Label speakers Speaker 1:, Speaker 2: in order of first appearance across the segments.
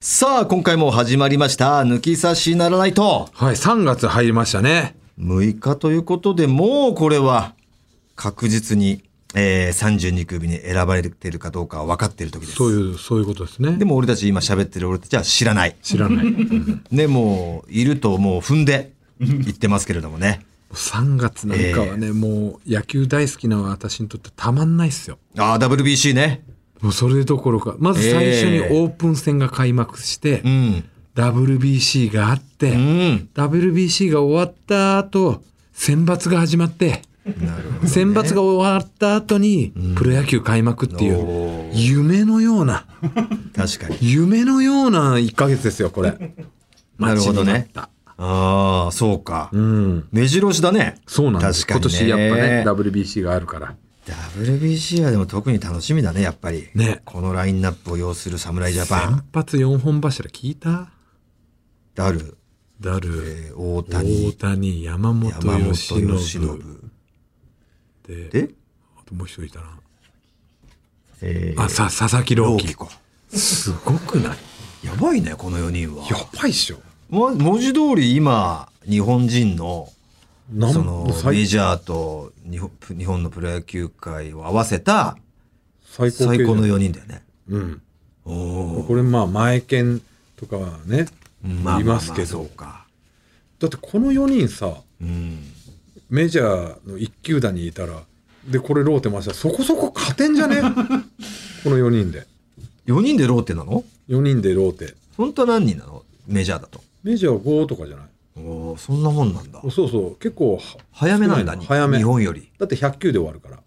Speaker 1: さあ、今回も始まりました。抜き差しならないと。
Speaker 2: はい、3月入りましたね。
Speaker 1: 6日ということで、もうこれは確実に、えー、32組に選ばれてるかどうかは分かっている時です。
Speaker 2: そういう、そういうことですね。
Speaker 1: でも俺たち今喋ってる俺たちは知らない。
Speaker 2: 知らない。
Speaker 1: ね、もう、いるともう踏んで言ってますけれどもね。
Speaker 2: 3月なんかはね、もう野球大好きな私にとってたまんないっすよ。
Speaker 1: ああ、WBC ね。
Speaker 2: もうそれどころか、まず最初に
Speaker 1: ええ
Speaker 2: オープン戦が開幕して、
Speaker 1: うん。
Speaker 2: WBC があって、
Speaker 1: うん。
Speaker 2: WBC が終わった後、選抜が始まって、選抜が終わった後に、プロ野球開幕っていう
Speaker 1: お、
Speaker 2: 夢のような、
Speaker 1: 確かに。
Speaker 2: 夢のような1ヶ月ですよ、これ。
Speaker 1: なるほどね
Speaker 2: 待ちに待った
Speaker 1: ああ、そうか。
Speaker 2: うん。
Speaker 1: 目白押しだね。
Speaker 2: そうなんです。今
Speaker 1: 確かに、
Speaker 2: 年
Speaker 1: ね。
Speaker 2: やっぱね、WBC があるから。
Speaker 1: WBC はでも特に楽しみだね、やっぱり。
Speaker 2: ね
Speaker 1: このラインナップを要する侍ジャパン。
Speaker 2: 先発4本柱聞いた
Speaker 1: ダル、
Speaker 2: ダル、
Speaker 1: えー大
Speaker 2: 大
Speaker 1: 谷、
Speaker 2: 谷、山本
Speaker 1: 山本
Speaker 2: 由
Speaker 1: 由
Speaker 2: 伸
Speaker 1: 伸。
Speaker 2: で、
Speaker 1: で、
Speaker 2: あともう一人いたな。
Speaker 1: えー、
Speaker 2: あ、さ、佐々木朗
Speaker 1: 同
Speaker 2: 希
Speaker 1: 期。か。
Speaker 2: すごくない
Speaker 1: やばいね、この4人は。
Speaker 2: ばいっしょ。
Speaker 1: ま、文字通り今、日本人の、
Speaker 2: なん
Speaker 1: その、メ
Speaker 2: 最
Speaker 1: ジャーと日本日本のプロ野球界を合わせた
Speaker 2: 最高
Speaker 1: 最高の
Speaker 2: 形
Speaker 1: 4人だよね。
Speaker 2: じゃん
Speaker 1: お
Speaker 2: うん。
Speaker 1: お
Speaker 2: これまあ、前剣とかはね、
Speaker 1: まあまあまあ
Speaker 2: いますけ
Speaker 1: そう
Speaker 2: ど。
Speaker 1: か。
Speaker 2: だってこの4人さ、
Speaker 1: うん。
Speaker 2: メジャーの一球団にいたら、で、これローテましたらそこそこ勝て んじゃねこの4人で。
Speaker 1: 4人でローテなの
Speaker 2: 4人でローテ。
Speaker 1: 本当は何人なのメジャーだと。
Speaker 2: メジャー5とかじゃない
Speaker 1: おおそんなもんなんだ。
Speaker 2: そうそう結構は
Speaker 1: 早めなんだ、
Speaker 2: 少いの早め
Speaker 1: 日本より。
Speaker 2: だって100球で終わるから,、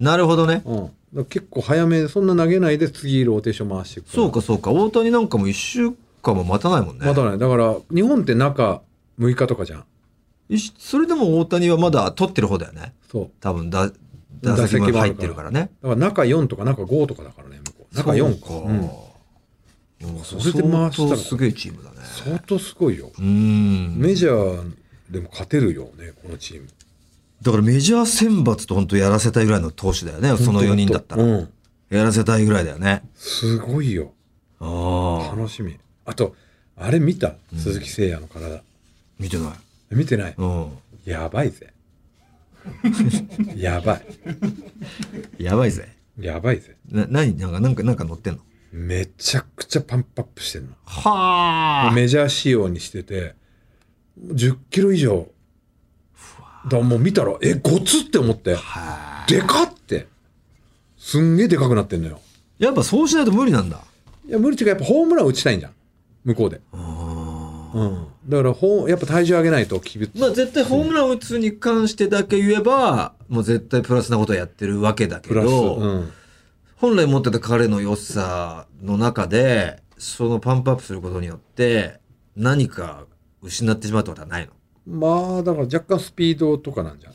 Speaker 1: なるほどね。
Speaker 2: うん、だから結構早めそんな投げないで次ローテーション回していくら
Speaker 1: そうかそうか。大谷なんかも1週間も待たないもんね。
Speaker 2: まだねだから日本って中6日とかじゃん
Speaker 1: いしそれでも大谷はまだ取ってる方だよね。
Speaker 2: そう
Speaker 1: 多分だ、打席も
Speaker 2: 打席もあ
Speaker 1: 入っ
Speaker 2: るから
Speaker 1: てるからね。
Speaker 2: だから中4とか中5とかだからね向こう中4か
Speaker 1: そう
Speaker 2: うん
Speaker 1: でもそ
Speaker 2: それで回したら
Speaker 1: 相当すげえチームだね。
Speaker 2: 相当すごいよ
Speaker 1: うーん。
Speaker 2: メジャーでも勝てるよねこのチーム
Speaker 1: だからメジャー選抜と本当やらせたいぐらいの投手だよね。その4人だったら。
Speaker 2: うん
Speaker 1: やらせたいぐらいだよね。
Speaker 2: すごいよ
Speaker 1: ああ。
Speaker 2: 楽しみあとあれ見た鈴木誠也の体、
Speaker 1: 見てない。
Speaker 2: 見てない
Speaker 1: うん。
Speaker 2: やばいぜやばい
Speaker 1: やばいぜ。
Speaker 2: やばいぜ
Speaker 1: な、何なんか、なんか、なんか乗ってんの
Speaker 2: めちゃくちゃパンプアップしてるの
Speaker 1: はあ。
Speaker 2: メジャー仕様にしてて10キロ以上だからもう見たらえごつって思って
Speaker 1: はあ。
Speaker 2: でかってすんげえでかくなってんのよ
Speaker 1: やっぱそうしないと無理なんだ。
Speaker 2: いや無理違うやっぱホームラン打ちたいんじゃん向こうで、
Speaker 1: ま
Speaker 2: うん、だからほやっぱ体重上げないときび
Speaker 1: あ絶対ホームラン打つに関してだけ言えば、もう絶対プラスなことをやってるわけだけ
Speaker 2: プラス、
Speaker 1: ど、
Speaker 2: うん、
Speaker 1: 本来持ってた彼の良さの中で、そのパンプアップすることによって、何か失ってしまうってことはないの。
Speaker 2: まあだから若干スピードとかなんじゃん、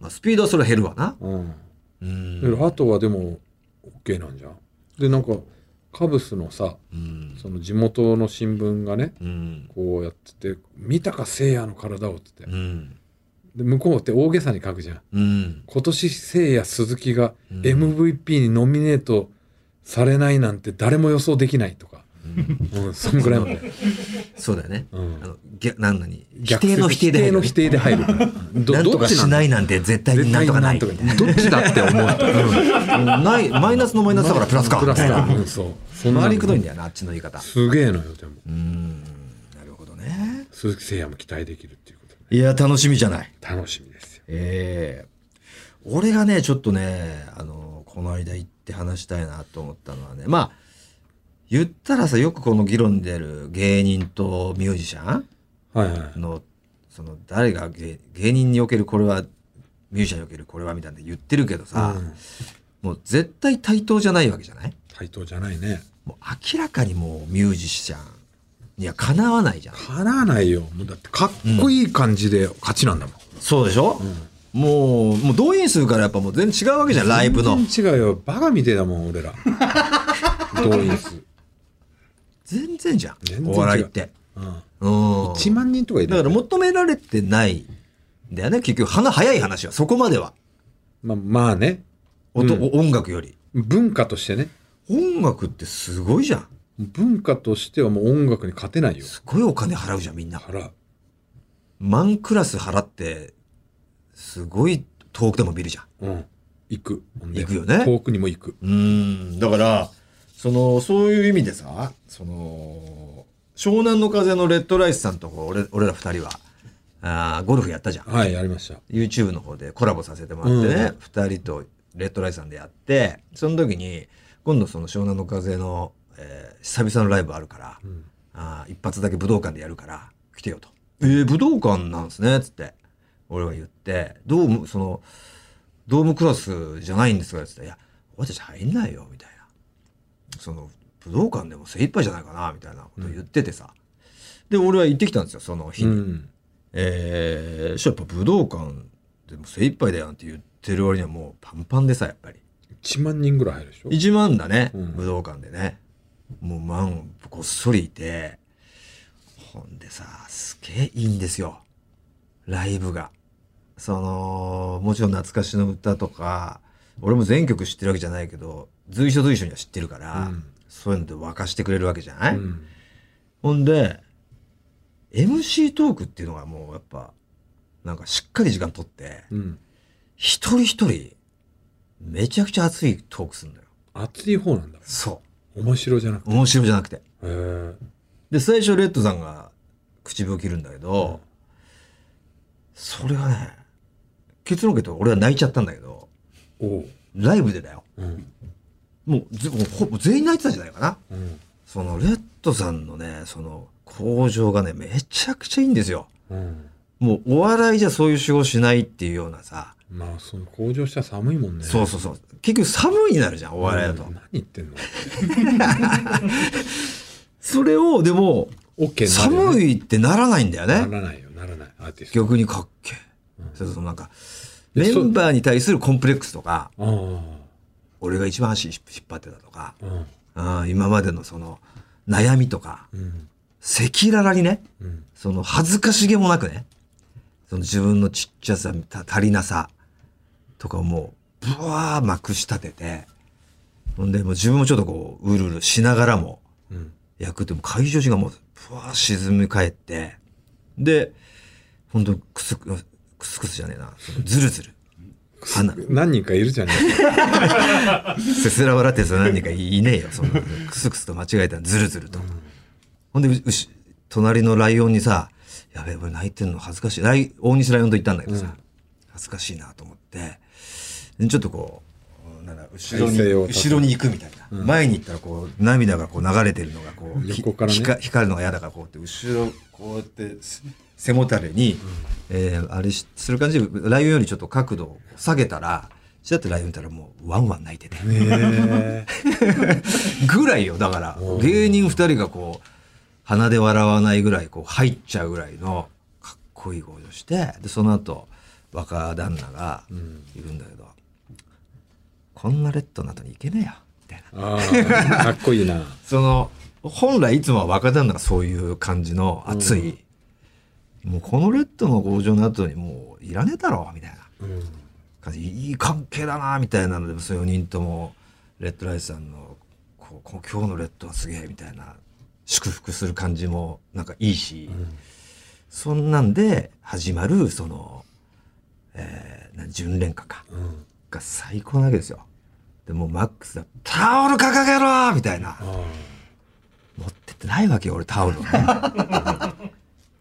Speaker 1: まあ、スピードはそれは減るわな。
Speaker 2: うん
Speaker 1: う
Speaker 2: だ
Speaker 1: ん。
Speaker 2: からあとはでも OK なんじゃんでなんかカブスのさ
Speaker 1: うん。
Speaker 2: その地元の新聞がね
Speaker 1: うん。
Speaker 2: こうやってて「見たか聖夜の体を」っつって
Speaker 1: うん。
Speaker 2: で向こうって大げさに書くじゃん
Speaker 1: うん。
Speaker 2: 今年聖夜鈴木が
Speaker 1: うん
Speaker 2: MVP にノミネートされないなんて誰も予想できないとか、うん、そんぐらい まで、
Speaker 1: そうだよね。
Speaker 2: うん
Speaker 1: あの、逆、なんなに。否
Speaker 2: 逆
Speaker 1: 定の否定で入
Speaker 2: 否定
Speaker 1: るよ
Speaker 2: の
Speaker 1: ね。
Speaker 2: 否定で入るからうんど
Speaker 1: なんとかしないいなんて絶対になんとかない。
Speaker 2: どっちだって思うと
Speaker 1: ない、マイナスのマイナスだからプラスか。
Speaker 2: プラス
Speaker 1: みたい
Speaker 2: か
Speaker 1: な
Speaker 2: うんそうそんな
Speaker 1: 回
Speaker 2: の
Speaker 1: りくどいんだよな、あっちの言い方。
Speaker 2: すげえのよでも
Speaker 1: うん、なるほどね。
Speaker 2: 鈴木誠也も期待できるっていうことで
Speaker 1: いや、楽しみじゃない。
Speaker 2: 楽しみですよ
Speaker 1: ええ俺がね、ちょっとね、あの、この間行って話したいなと思ったのはね、まあ、言ったらさ、よくこの議論に出る芸人とミュージシャン
Speaker 2: はいはい
Speaker 1: の、その、誰が芸芸人におけるこれは、ミュージシャンにおけるこれはみたいな言ってるけどさ、
Speaker 2: うん
Speaker 1: もう絶対対等じゃないわけじゃない
Speaker 2: 対等じゃないね
Speaker 1: もう明らかにもうミュージシャンにはかなわないじゃん。
Speaker 2: かなわないよもうだってかっこいい感じで勝ちなんだもん、
Speaker 1: そうでしょ、もう、もう動員数からやっぱもう全然違うわけじゃん、ライブの。
Speaker 2: 全然違うよバカみてえだもん 俺ら動員数、
Speaker 1: 全然じゃ
Speaker 2: 全
Speaker 1: ん。
Speaker 2: 然違う
Speaker 1: お笑いって。
Speaker 2: うん、
Speaker 1: うん。
Speaker 2: 1万人とかいる
Speaker 1: だから求められてないんだよね、結局。花早い話は、そこまでは。
Speaker 2: まあまあね
Speaker 1: 音
Speaker 2: うん
Speaker 1: 音楽より。
Speaker 2: 文化としてね
Speaker 1: 音楽ってすごいじゃん。
Speaker 2: 文化としてはもう音楽に勝てないよ。
Speaker 1: すごいお金払うじゃんみんな
Speaker 2: 払う。
Speaker 1: マンクラス払ってすごい遠くでも見るじゃん
Speaker 2: うん。行く。ほんで
Speaker 1: 行くよね
Speaker 2: 遠くにも行く。
Speaker 1: うーんだからそのそういう意味でさその湘南の風のレッドライスさんとこ俺俺ら二人はあーゴルフやったじゃん
Speaker 2: はい、やりました。
Speaker 1: YouTube の方でコラボさせてもらってね
Speaker 2: う、
Speaker 1: 二人とレッドライスさんでやってその時に今度その湘南の風の、えー久々のライブあるから、
Speaker 2: うん
Speaker 1: あー一発だけ武道館でやるから来てよと。えー、武道館なんですねっつって俺が言ってドームそのドームクラスじゃないんですかっつって「いや俺たち入んないよ」みたいなその武道館でも精一杯じゃないかなみたいなこと言っててさ、で俺は行ってきたんですよその日
Speaker 2: う
Speaker 1: に。
Speaker 2: ん。
Speaker 1: えー、そしたらやっぱ武道館でも精一杯だよなんて言ってる割にはもうパンパンでさやっぱり
Speaker 2: 1万人ぐらい入るでしょ
Speaker 1: 1万だね、
Speaker 2: うん
Speaker 1: 武道館でねもう万ごっそりいてほんでさすげえいいんですよライブがそのもちろん懐かしの歌とか俺も全曲知ってるわけじゃないけど随所随所には知ってるから、
Speaker 2: うん
Speaker 1: そういうので沸かしてくれるわけじゃない、
Speaker 2: うん
Speaker 1: ほんで、MC トークっていうのがもうやっぱ、なんかしっかり時間取って、
Speaker 2: うん。
Speaker 1: 一人一人、めちゃくちゃ熱いトークするのよ。
Speaker 2: 熱い方なんだ。
Speaker 1: そ
Speaker 2: 面白じゃなくて。
Speaker 1: う。面白いじゃなくて。
Speaker 2: へえ。
Speaker 1: で、最初レッドさんが口火を切るんだけど、それがね、結論言うと俺は泣いちゃったんだけど、
Speaker 2: おう。
Speaker 1: ライブでだよ。
Speaker 2: うん。
Speaker 1: もうぜもうほぼ全員泣いてたんじゃないかな。
Speaker 2: うん。
Speaker 1: そのレッドさんのね、その向上がね、めちゃくちゃいいんですよ。
Speaker 2: うん。
Speaker 1: もうお笑いじゃそういう手法しないっていうようなさ、
Speaker 2: まあ、その工場したら寒いもんね。
Speaker 1: そうそうそう結局寒いになるじゃんお笑いだと、
Speaker 2: うん何言ってんの
Speaker 1: それをでも
Speaker 2: ?OK なるよ
Speaker 1: 寒
Speaker 2: ね。
Speaker 1: いってならないんだよ
Speaker 2: な
Speaker 1: ね
Speaker 2: らないよ、ならない。アーティスト。
Speaker 1: 逆にかっけえ、
Speaker 2: うん
Speaker 1: それとそのなんか
Speaker 2: い
Speaker 1: メ
Speaker 2: やそう
Speaker 1: ンバーに対するコンプレックスとか
Speaker 2: ああ。
Speaker 1: 俺が一番足引っ張ってたとか、
Speaker 2: うん。
Speaker 1: あー今までのその悩みとか
Speaker 2: うん。
Speaker 1: 赤裸々にね
Speaker 2: うん。
Speaker 1: その恥ずかしげもなくねその自分のちっちゃさた足りなさとかをもうぶわーまくし立ててほんでもう自分もちょっとこううるうるしながらも
Speaker 2: うん。
Speaker 1: 焼くってもう会場時がもうふわー沈み返ってで本当くすくくすくすじゃねえなそのずるずる鼻
Speaker 2: 何人かいるじゃん。
Speaker 1: せせら笑ってそ何人かいねえよそんなくすくすと間違えたらずるずると、ほんでううし隣のライオンにさ「やべえ俺泣いてんの恥ずかしい」ライ大西ライオンと言ったんだけどさ、
Speaker 2: うん
Speaker 1: 恥ずかしいなと思ってでちょっとこうなんだ後ろに
Speaker 2: 体勢を
Speaker 1: 後ろに行くみたいな、前に行ったらこう涙がこう流れてるのがこう
Speaker 2: 横からね
Speaker 1: ひ光るのが嫌だからこうやって後ろこうやってす背もたれに、えーあれしする感じでライオンよりちょっと角度を下げたらちらってライオン見たらもうワンワン泣いてて
Speaker 2: ねえ。
Speaker 1: ぐらいよだから
Speaker 2: うん
Speaker 1: 芸人2人がこう鼻で笑わないぐらいこう入っちゃうぐらいのかっこいい声をしてでその後若旦那が
Speaker 2: うん。
Speaker 1: いるんだけど、こんなレッドの後に行けねえよみたいな
Speaker 2: ああ。かっこいいな。
Speaker 1: その本来いつもは若旦那がそういう感じの熱い、もうこのレッドの向上の後にもういらねえだろみたいな
Speaker 2: うん。
Speaker 1: 感じいい関係だなみたいなのでそう4人ともレッドライスさんのこうこう今日のレッドはすげえみたいな祝福する感じもなんかいいし、そんなんで始まるその、えー、な純恋歌か
Speaker 2: うん。
Speaker 1: が最高なわけですよ。でもうマックスが「タオル掲げろ!」みたいな
Speaker 2: ああ。
Speaker 1: 持ってってないわけよ俺タオルをね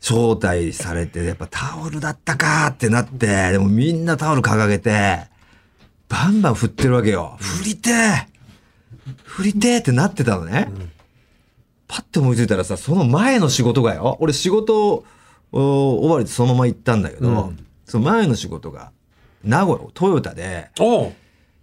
Speaker 1: 招待されてやっぱタオルだったかってなってでもみんなタオル掲げてバンバン振ってるわけよ振りてえ振りてえってなってたのね、パッて思いついたらさその前の仕事がよ俺仕事お終わりでそのまま行ったんだけど、
Speaker 2: うん
Speaker 1: その前の仕事が名古屋トヨタで
Speaker 2: おう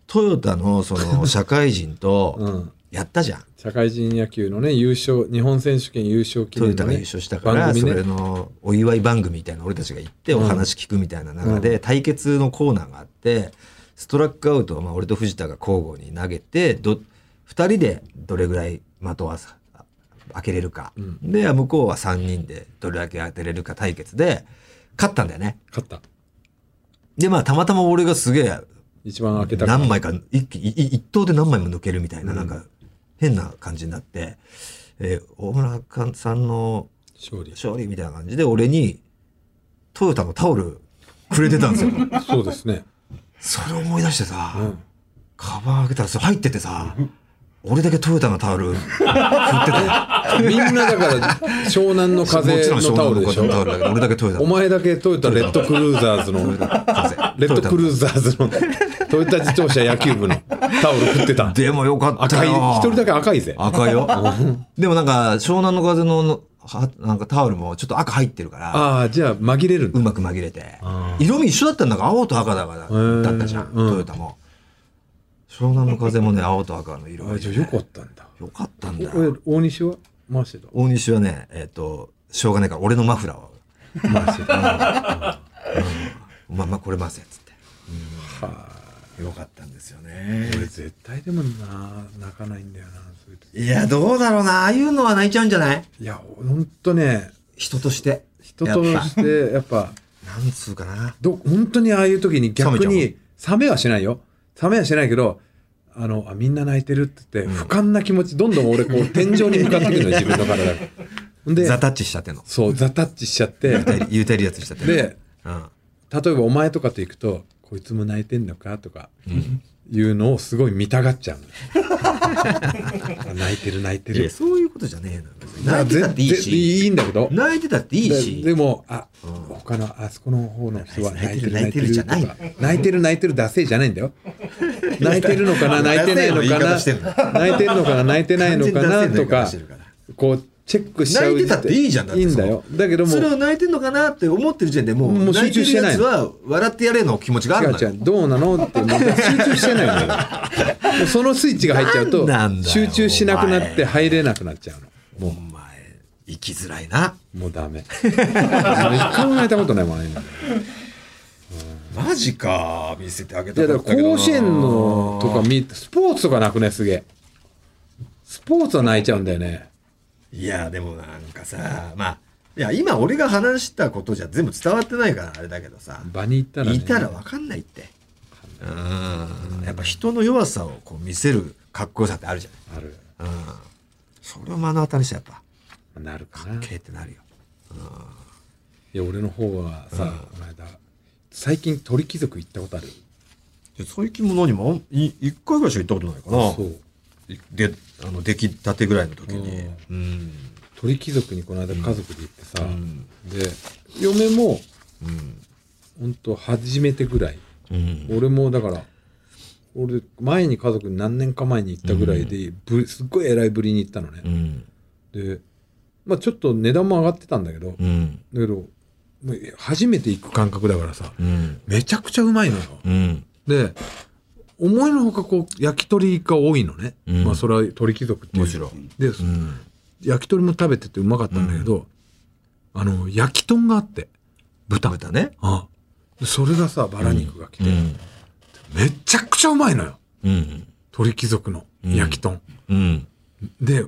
Speaker 1: トヨタのそ の社会人と
Speaker 2: うん。
Speaker 1: やったじゃん
Speaker 2: 社会人野球のね、優勝、日本選手権優勝記
Speaker 1: トヨ
Speaker 2: 念
Speaker 1: タ
Speaker 2: の
Speaker 1: が
Speaker 2: ね
Speaker 1: 優勝したから、
Speaker 2: 番
Speaker 1: そ
Speaker 2: 組
Speaker 1: れ
Speaker 2: ね。
Speaker 1: のお祝い番組みたいなの俺たちが行ってお話聞くみたいな中で、対決のコーナーがあってストラックアウトを、まあ、俺と藤田が交互に投げてど2人でどれぐらい的はさ開けれるか、
Speaker 2: うん
Speaker 1: で向こうは3人でどれだけ当てれるか対決で勝ったんだよね。
Speaker 2: 勝った。
Speaker 1: でまあたまたま俺がすげえ
Speaker 2: 一番開けたから
Speaker 1: 何枚か一気いい一投で何枚も抜けるみたいな、
Speaker 2: うん
Speaker 1: なんか変な感じになって、えー大村さんの
Speaker 2: 勝利。
Speaker 1: 勝利みたいな感じで俺にトヨタのタオルくれてたんですよ
Speaker 2: そうですね。
Speaker 1: それ思い出してさ、
Speaker 2: うん。
Speaker 1: カバン開けたらそれ入っててさ俺だけトヨタのタオル振ってて
Speaker 2: みんなだから、湘南の
Speaker 1: もち
Speaker 2: 風
Speaker 1: ろん湘
Speaker 2: のタオ
Speaker 1: 南の
Speaker 2: ルで
Speaker 1: 子
Speaker 2: し
Speaker 1: タオ
Speaker 2: ょ。
Speaker 1: ルだけど俺だけトヨタ
Speaker 2: お前だけトヨタレッドクルーザーズの、レッドクルーザーズの、トヨタ自動車野球部のタオル振ってた。
Speaker 1: でもよかった
Speaker 2: 赤い、
Speaker 1: よ
Speaker 2: 一人だけ赤いぜ。
Speaker 1: 赤い よでもなんか湘南の風のはなんかタオルもちょっと赤入ってるから
Speaker 2: ああ、じゃあ紛れるんだ
Speaker 1: うまく紛れて
Speaker 2: あ
Speaker 1: 色味一緒だったんだから青と赤だから
Speaker 2: ー
Speaker 1: だったじゃん
Speaker 2: うん
Speaker 1: トヨタも湘南の風もね青と赤の色
Speaker 2: あ
Speaker 1: が
Speaker 2: あ、じゃあよかったんだ。
Speaker 1: よかったんだよ
Speaker 2: お大西は回してた。
Speaker 1: 大西はねえっ、としょうがないから俺のマフラーを
Speaker 2: 回してた。
Speaker 1: まあまあこれ回せっつって
Speaker 2: は
Speaker 1: よかったんですよ
Speaker 2: あ
Speaker 1: ね
Speaker 2: 俺絶対でもな泣かないんだよなそういう時
Speaker 1: いやどうだろうなああいうのは泣いちゃうんじゃない
Speaker 2: いやほんとね
Speaker 1: 人として
Speaker 2: 人と
Speaker 1: やっぱ
Speaker 2: してやっぱ
Speaker 1: なんつうかな
Speaker 2: ど本当にああいう時に逆
Speaker 1: 冷め
Speaker 2: に冷めはしないよ冷めはしないけどあのあみんな泣いてるって言って、俯瞰な気持ちどんどん俺 こう天井に向かってくるのよ自分の体がほんで
Speaker 1: ザタッチしちゃってんの
Speaker 2: そうザタッチしちゃって
Speaker 1: 言うてるやつしちゃってんの
Speaker 2: で
Speaker 1: うん
Speaker 2: 例えばお前とかと行くと「こいつも泣いてんのか?」とかいうのをすごい見たがっちゃ うの泣いてる泣いて
Speaker 1: いや
Speaker 2: る
Speaker 1: そういうことじゃねえのよ別に泣いてたっていい
Speaker 2: ぜぜ
Speaker 1: し
Speaker 2: いいんだけど
Speaker 1: 泣いてたっていい
Speaker 2: で
Speaker 1: し
Speaker 2: でもあ、
Speaker 1: うん
Speaker 2: 他のあそこの方の人は
Speaker 1: 泣
Speaker 2: 泣
Speaker 1: いて
Speaker 2: いて
Speaker 1: る泣いてる
Speaker 2: る泣いてる
Speaker 1: じゃ
Speaker 2: と
Speaker 1: ない
Speaker 2: か泣いてる泣いてるダセえじゃないん だよ泣いてるのかな泣いてないのか
Speaker 1: ダ
Speaker 2: な
Speaker 1: セえの言い方してん
Speaker 2: 泣いてるのかな泣いてないのかな
Speaker 1: 完全
Speaker 2: と
Speaker 1: にダセえの言い方
Speaker 2: か
Speaker 1: してるから
Speaker 2: こうチェックしちゃう
Speaker 1: 泣いてたっていいじゃんだって
Speaker 2: いいんだよだけども
Speaker 1: それを泣いてんのかなって思ってる時点でも
Speaker 2: も
Speaker 1: う
Speaker 2: う
Speaker 1: 泣
Speaker 2: 集
Speaker 1: いてる
Speaker 2: 中してな
Speaker 1: や
Speaker 2: い
Speaker 1: つは笑ってやれの気持ちがあ
Speaker 2: 違
Speaker 1: る
Speaker 2: う
Speaker 1: の
Speaker 2: 違
Speaker 1: よ
Speaker 2: うどうなのってもう集中してな いのよもうそのスイッチが入っちゃう
Speaker 1: な
Speaker 2: と
Speaker 1: んなんだよ
Speaker 2: 集中しなくな
Speaker 1: お
Speaker 2: っ
Speaker 1: 前
Speaker 2: て入れなくなっちゃうの
Speaker 1: お前生きづらいな
Speaker 2: もう ダメもう一回も泣いたことないもんああいうの
Speaker 1: マジか見せてあげ
Speaker 2: いやだから甲子園のとか見てスポーツとかなくねすげえスポーツは泣いちゃうんだよね
Speaker 1: いやでもなんかさまあいや今俺が話したことじゃ全部伝わってないからあれだけどさ
Speaker 2: 場に行ったら、ね、
Speaker 1: いたら分かんないってうんやっぱ人の弱さをこう見せるかっこよさってあるじ
Speaker 2: ある
Speaker 1: ゃない、うん、それを目の当たりにしてやっぱ
Speaker 2: なるか
Speaker 1: か
Speaker 2: な
Speaker 1: っ
Speaker 2: い
Speaker 1: けえってなるよ
Speaker 2: や俺の方はさ、この間最近鳥貴族行ったことある
Speaker 1: で最近も何もあんい一回ぐらいしか行ったことないかな
Speaker 2: そう
Speaker 1: いであの出来たてぐらいの時にうん
Speaker 2: 鳥貴族にこの間家族で行ってさ、
Speaker 1: ん
Speaker 2: で嫁も
Speaker 1: うん
Speaker 2: ほんと初めてぐらい
Speaker 1: うん
Speaker 2: 俺もだから俺前に家族に何年か前に行ったぐらいで、ぶすっごい偉いぶりに行ったのね
Speaker 1: う、ん
Speaker 2: でまあちょっと値段も上がってたんだけど、
Speaker 1: うん
Speaker 2: だけどもう初めて行く感覚だからさ
Speaker 1: うん
Speaker 2: めちゃくちゃうまいのよ
Speaker 1: うん
Speaker 2: で思いのほかこう焼き鳥が多いのね、
Speaker 1: うん
Speaker 2: まあそれは鳥貴族っていう
Speaker 1: もちろん
Speaker 2: で、
Speaker 1: うん
Speaker 2: 焼き鳥も食べててうまかったんだけど、あの焼き豚があって豚
Speaker 1: 豚ね
Speaker 2: あでそれがさバラ肉が来て、
Speaker 1: うん
Speaker 2: めちゃくちゃうまいのよ
Speaker 1: うん
Speaker 2: 鳥貴族の焼き豚、
Speaker 1: うん
Speaker 2: で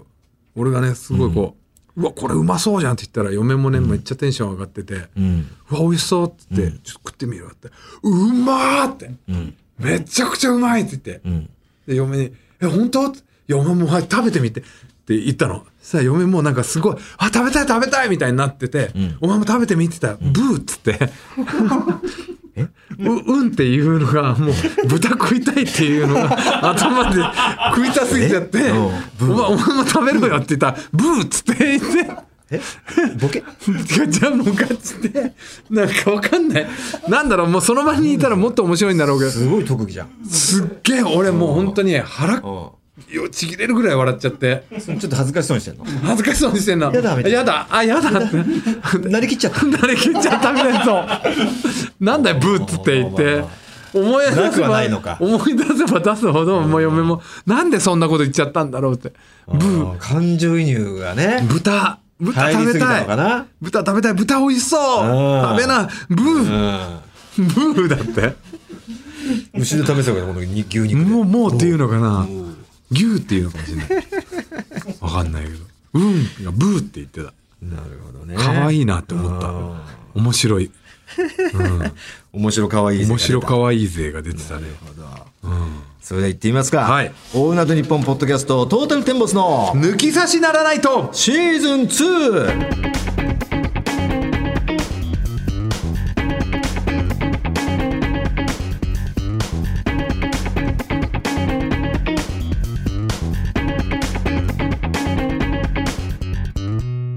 Speaker 2: 俺がねすごいこう、うわこれうまそうじゃんって言ったら嫁もね、めっちゃテンション上がってて、
Speaker 1: うん
Speaker 2: うわ、美味しそうって言って、ちょっと食ってみるわって、うまーって、
Speaker 1: うん
Speaker 2: めちゃくちゃうまいって言って、
Speaker 1: うん
Speaker 2: で、嫁に、え、本当って嫁も、はい、食べてみて、って言ったの。そしたら嫁もなんかすごい、あ、食べたい食べたいみたいになってて、
Speaker 1: ん
Speaker 2: お前も食べてみって言ったら、ブーっつって、う、うんっていうのが、 もう、豚食いたいっていうのが、 頭で食いたすぎちゃって、
Speaker 1: え
Speaker 2: お
Speaker 1: うんブー
Speaker 2: 前お前も食べろよって言ったら、ブーっつって言って、
Speaker 1: えボケ
Speaker 2: ガチャもガチで、なんかわかんない。なんだろう、もうその場にいたらもっと面白いんだろうけど、
Speaker 1: すごい特技じゃん
Speaker 2: すっげえ俺もう本当に腹よ
Speaker 1: う
Speaker 2: ちぎれるぐらい笑っちゃって、
Speaker 1: んちょっと恥ずかしそうにしてんの
Speaker 2: 恥ずかしそうにしてんの。
Speaker 1: やだみたいな
Speaker 2: やだ、あ、やだって。
Speaker 1: なりきっちゃった
Speaker 2: 慣れきっちゃったみたいなそう。なんだよ、ブーツって言って。思い出
Speaker 1: なく
Speaker 2: せ
Speaker 1: は
Speaker 2: ば、
Speaker 1: ないのか
Speaker 2: 思い出せば出すほど、もう嫁も、なんでそんなこと言っちゃったんだろうって。ブー、
Speaker 1: 感情移入がね
Speaker 2: 豚、豚
Speaker 1: 入り
Speaker 2: 食
Speaker 1: すぎ
Speaker 2: べ
Speaker 1: た
Speaker 2: た
Speaker 1: のか
Speaker 2: い。
Speaker 1: な
Speaker 2: 豚食べたい、豚美味し
Speaker 1: うん
Speaker 2: そう食べな、ブー、
Speaker 1: う
Speaker 2: ブーだって
Speaker 1: ん牛の食べそうかこの牛肉で
Speaker 2: もうもうっていうのかな牛っていうのかもしれないわかんないけどうんがブーって言ってた
Speaker 1: なるほどね
Speaker 2: 可愛
Speaker 1: い
Speaker 2: いなって思った。面白い。
Speaker 1: 面白かわいい
Speaker 2: 面白
Speaker 1: わ
Speaker 2: 可愛い勢が出てたね。
Speaker 1: それでは行ってみますか
Speaker 2: はい
Speaker 1: 大船と日本ポッドキャストトータルテンボスの
Speaker 2: 抜き差しならないと
Speaker 1: シーズン 2!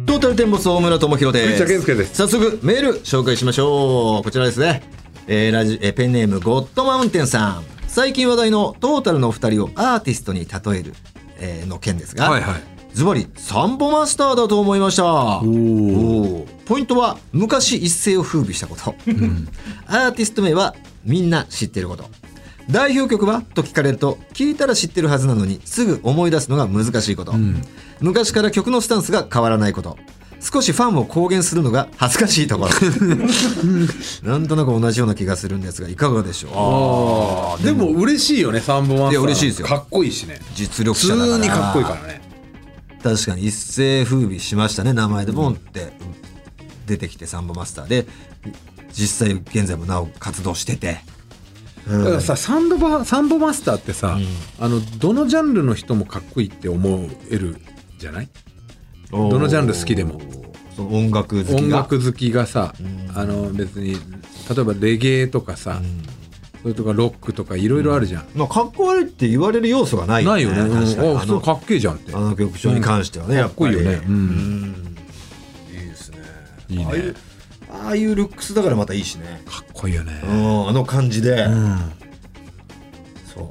Speaker 1: トータルテンボス大村智弘です。
Speaker 2: 藤田健介です
Speaker 1: 早速メール紹介しましょう。こちらですね。えーラジえーペンネームゴッドマウンテンさん。最近話題のトータルのお二人をアーティストに例える、えーの件ですが、
Speaker 2: はいはい
Speaker 1: ズバリサンボマスターだと思いましたおーポイントは昔一世を風靡したこと、アーティスト名はみんな知ってること代表曲はと聞かれると聞いたら知ってるはずなのにすぐ思い出すのが難しいこと、昔から曲のスタンスが変わらないこと少しファンを公言するのが恥ずかしいところ なんとなく同じような気がするんですがいかがでしょ
Speaker 2: ああでも嬉しいよね3本は。
Speaker 1: いや嬉しいですよ
Speaker 2: かっこいいしね
Speaker 1: う実力
Speaker 2: 普
Speaker 1: 者だから
Speaker 2: 通にかっこいいからね
Speaker 1: 確かに一世風靡しましたね名前でボンって出てきてサンボマスターで実際現在もなお活動してて、
Speaker 2: だからさサンドバサンボマスターってさ、あのどのジャンルの人もかっこいいって思えるじゃないどのジャンル好きでも
Speaker 1: その音楽好き
Speaker 2: 音
Speaker 1: が
Speaker 2: 楽好きがさ、
Speaker 1: ん
Speaker 2: あの別に例えばレゲエとかさ、それとかロックとかいろいろあるじゃん、
Speaker 1: まあ、かっこ悪いって言われる要素がない
Speaker 2: ないよね、うん
Speaker 1: 確かに
Speaker 2: あ
Speaker 1: あ
Speaker 2: そう
Speaker 1: の
Speaker 2: かっけえじゃんって
Speaker 1: あの曲調に関してはね、やっ
Speaker 2: かっこ
Speaker 1: ぱ
Speaker 2: いい
Speaker 1: り
Speaker 2: よね、う
Speaker 1: うん
Speaker 2: ん、
Speaker 1: いいですね
Speaker 2: いいね
Speaker 1: ああいうああいうルックスだからまたいいしね、
Speaker 2: かっこいいよね、
Speaker 1: うん、あの感じで、
Speaker 2: うん
Speaker 1: そう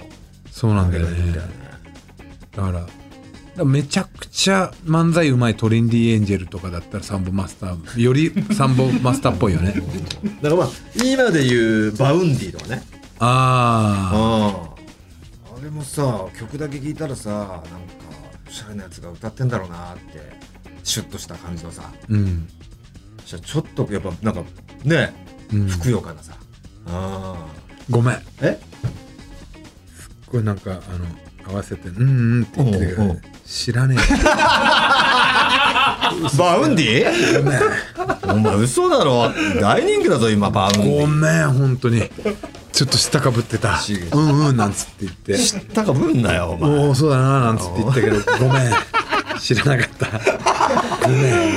Speaker 2: そうなんだよねだからだからめちゃくちゃ漫才うまいトレンディエンジェルとかだったらサンボマスターよりサンボマスターっぽい よね
Speaker 1: だからまあ今で言うバウンディとかね
Speaker 2: ああ
Speaker 1: ああれもさ曲だけ聴いたらさなんかおしゃれなやつが歌ってんだろうなってシュッとした感じのさ
Speaker 2: うん
Speaker 1: そしたらちょっとやっぱなんかね
Speaker 2: うん
Speaker 1: ふくよかなさ、あ
Speaker 2: ごめん
Speaker 1: あえ
Speaker 2: これなんかあの合わせて「うんうん」って言ってるけ
Speaker 1: おうお
Speaker 2: ど
Speaker 1: う
Speaker 2: 知らね
Speaker 1: バウンディお前嘘だろ大人気だぞ今バウン
Speaker 2: えご
Speaker 1: ディ
Speaker 2: めん本当にちょっと下かぶってた
Speaker 1: 違う
Speaker 2: 「うんうん」なんつって言って
Speaker 1: 知ったかぶんなよお
Speaker 2: 「お
Speaker 1: 前
Speaker 2: おそうだな」なんつって言ったけど ごめん知らなかった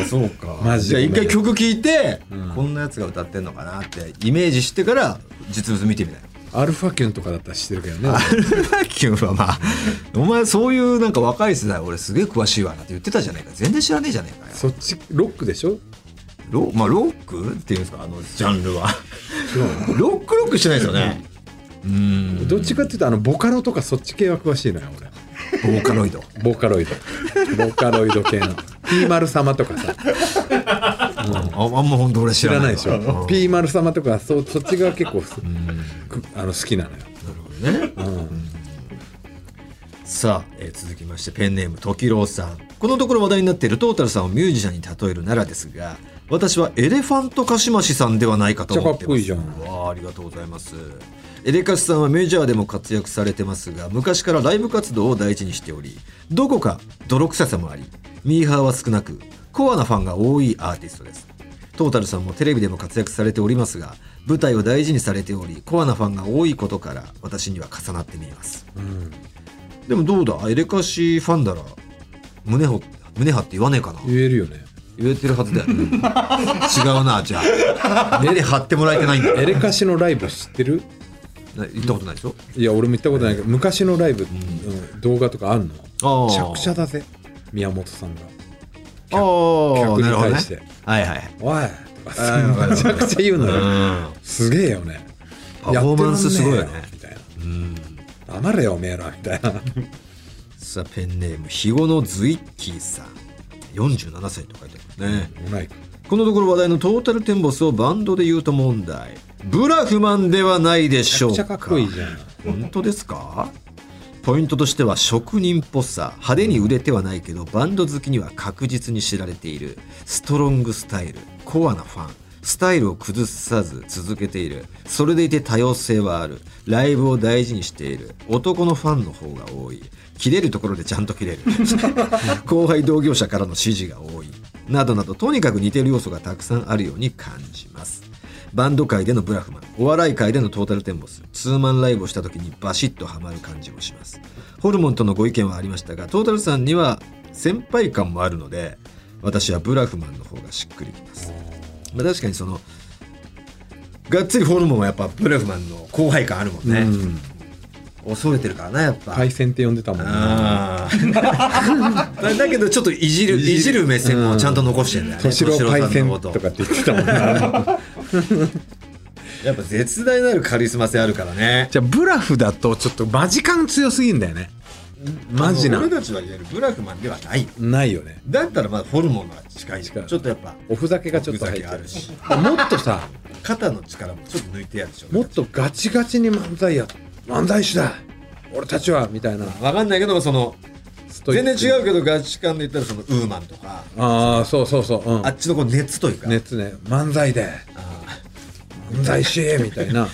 Speaker 1: そうか
Speaker 2: マジ
Speaker 1: じゃあ
Speaker 2: で
Speaker 1: 一回曲聴いて、こんなやつが歌ってんのかなってイメージしてから実物見てみたい
Speaker 2: アルファキュンとかだったら知ってるけどね
Speaker 1: アルファキュンはまあお前そういうなんか若い世代俺すげえ詳しいわなんて言ってたじゃねえか全然知らねえじゃねえかよ
Speaker 2: そっちロックでしょ
Speaker 1: ロ,、まあ、ロックっていうんですかあのジャンルはロックロックしてないですよねうん
Speaker 2: どっちかっていうとあのボカロとかそっち系は詳しいのよ俺
Speaker 1: ボーカロイド
Speaker 2: ボーカロイドボーカロイド系の P 丸様とかさ
Speaker 1: ああんま本当俺知
Speaker 2: 知
Speaker 1: ら
Speaker 2: ら
Speaker 1: な
Speaker 2: ないい
Speaker 1: わ
Speaker 2: でしょ P 丸様とかそうそっちが結構すくあの好きなのよ
Speaker 1: なるほどね、さあ、えー続きましてペンネーム時郎さんこのところ話題になっているトータルさんをミュージシャンに例えるならですが私はエレファントカシマシさんではないかと思ってます
Speaker 2: めっちゃかっこいい
Speaker 1: わあありがとうございますエレカシさんはメジャーでも活躍されてますが昔からライブ活動を第一にしておりどこか泥臭さもありミーハーは少なくコアなファンが多いアーティストですトータルさんもテレビでも活躍されておりますが舞台を大事にされておりコアなファンが多いことから私には重なって見えます、でもどうだエレカシファンだら胸張胸張って言わねえかな
Speaker 2: 言えるよね
Speaker 1: 言えてるはずだよ、 ね、違うなじゃあ胸張ってもらえてないんだ
Speaker 2: エレカシのライブ知ってる
Speaker 1: な行ったことないでしょ
Speaker 2: いや俺も行ったことないけど昔のライブ、うん動画とかあんの
Speaker 1: あ
Speaker 2: め
Speaker 1: ー
Speaker 2: ちゃくちゃだぜ宮本さんが
Speaker 1: あー
Speaker 2: 客
Speaker 1: なるほど
Speaker 2: に
Speaker 1: ね
Speaker 2: 対して
Speaker 1: はいはい
Speaker 2: 「おい!」とかさめちゃくちゃ言うのよすげえよね
Speaker 1: パフォーマンスすごいよね
Speaker 2: やってらんねえよみたいな黙れよおめえらみたいな
Speaker 1: さあペンネーム肥後のズイッキーさん47歳と書いてあるね、
Speaker 2: ないか
Speaker 1: このところ話題のトータルテンボスをバンドで言うと問題ブラフマンではないでしょ
Speaker 2: め
Speaker 1: う
Speaker 2: ちゃ
Speaker 1: か
Speaker 2: くちゃかっこいいじゃん
Speaker 1: 本当ですかポイントとしては職人っぽさ派手に売れてはないけどバンド好きには確実に知られているストロングスタイルコアなファンスタイルを崩さず続けているそれでいて多様性はあるライブを大事にしている男のファンの方が 多い切れるところでちゃんと切れる後輩同業者からの支持が多いなどなどとにかく似ている要素がたくさんあるように感じますバンド界でのブラフマンお笑い界でのトータルテンボスツーマンライブをした時にバシッとハマる感じもしますホルモンとのご意見はありましたがトータルさんには先輩感もあるので私はブラフマンの方がしっくりきます、まあ、確かにそのがっつりホルモンはやっぱブラフマンの後輩感あるもんね、
Speaker 2: うん
Speaker 1: 恐れてるからなやっぱ、
Speaker 2: 対戦って呼んでたもんね
Speaker 1: あー だだけどちょっといじるい
Speaker 2: い
Speaker 1: じ
Speaker 2: じる
Speaker 1: る目線もちゃんと残してんだよね
Speaker 2: 敏郎
Speaker 1: 敏
Speaker 2: 対
Speaker 1: 郎さん
Speaker 2: 戦
Speaker 1: のこと
Speaker 2: かって言ってたもんね
Speaker 1: やっぱ絶大なるカリスマ性あるからね
Speaker 2: じゃあブラフだとちょっとマジ感強すぎんだよねマジな
Speaker 1: あの俺たちはいわゆるブラフマンではない
Speaker 2: ないよね
Speaker 1: だったらまあホルモンが近い
Speaker 2: 近い
Speaker 1: ちょっとやっぱ
Speaker 2: おふざけがちょっと入
Speaker 1: お
Speaker 2: っ
Speaker 1: ふざけあ
Speaker 2: て
Speaker 1: る
Speaker 2: る
Speaker 1: し
Speaker 2: しもっとさ
Speaker 1: 肩の力もちょっと抜いてやるでしょ
Speaker 2: もっとガチガチに漫才や漫才師だ俺たちはみたいな
Speaker 1: 分かんないけどその
Speaker 2: ストイッ
Speaker 1: 全
Speaker 2: ク
Speaker 1: 然違うけどガチ感で言ったらそのウーマンとか
Speaker 2: ああそうそうそう、うん
Speaker 1: あ、っちのこう熱というか
Speaker 2: 熱ね漫才で
Speaker 1: あ
Speaker 2: 漫才師みたい な
Speaker 1: ー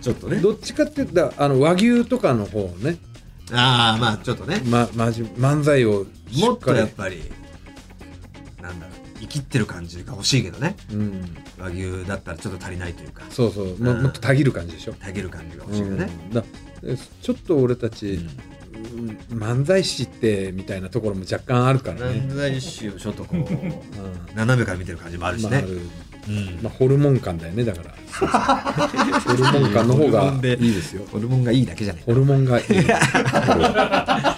Speaker 1: ちょっとね
Speaker 2: どっちかって言ったらあの和牛とかの方をね、
Speaker 1: ああまあちょっとね
Speaker 2: ま、まじ漫才をし
Speaker 1: も
Speaker 2: っ
Speaker 1: っと
Speaker 2: かり
Speaker 1: やっぱりなんだろう生きってる感じが欲しいけどね
Speaker 2: うん、
Speaker 1: 和牛だったらちょっと足りないというか
Speaker 2: そうそう、も
Speaker 1: うん
Speaker 2: もっとたぎる感じでしょ、
Speaker 1: たげる感じが欲
Speaker 2: う
Speaker 1: しいよ
Speaker 2: ん
Speaker 1: ね、
Speaker 2: だちょっと俺た
Speaker 1: うん
Speaker 2: ち、うん漫才師ってみたいなところも若干あるからね、
Speaker 1: 漫才師をちょっとこう
Speaker 2: うん
Speaker 1: 斜めから見てる感じもあるし
Speaker 2: まああ
Speaker 1: ね、
Speaker 2: る
Speaker 1: うん
Speaker 2: まあ、ホルモン感だよねだからホルモン感の方
Speaker 1: ホル
Speaker 2: が
Speaker 1: モン
Speaker 2: い
Speaker 1: で
Speaker 2: いですよ
Speaker 1: ホルモンがいいだけじゃね
Speaker 2: ホルモンがいい マ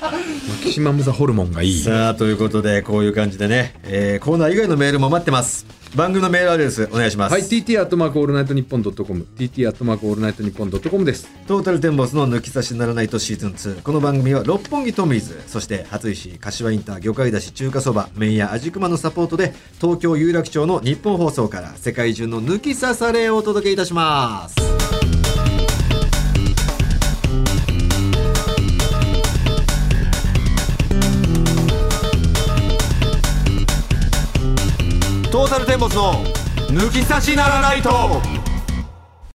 Speaker 2: キシマムザホルモンがいい
Speaker 1: さあということでこういう感じでね、えーコーナー以外のメールも待ってます番組のメールアドレスお願いします、
Speaker 2: はい、TT アットマークオールナイトニッポンドットコム、TT アットマークオールナイトニッポンドットコムです。
Speaker 1: トータルテンボスの抜き差しならないとシーズン2この番組は六本木トミーズそして初石柏インター魚介だし中華そば麺屋味熊のサポートで東京有楽町の日本放送から世界中の抜き差されをお届けいたしますトータルテンボスの抜き差しならないと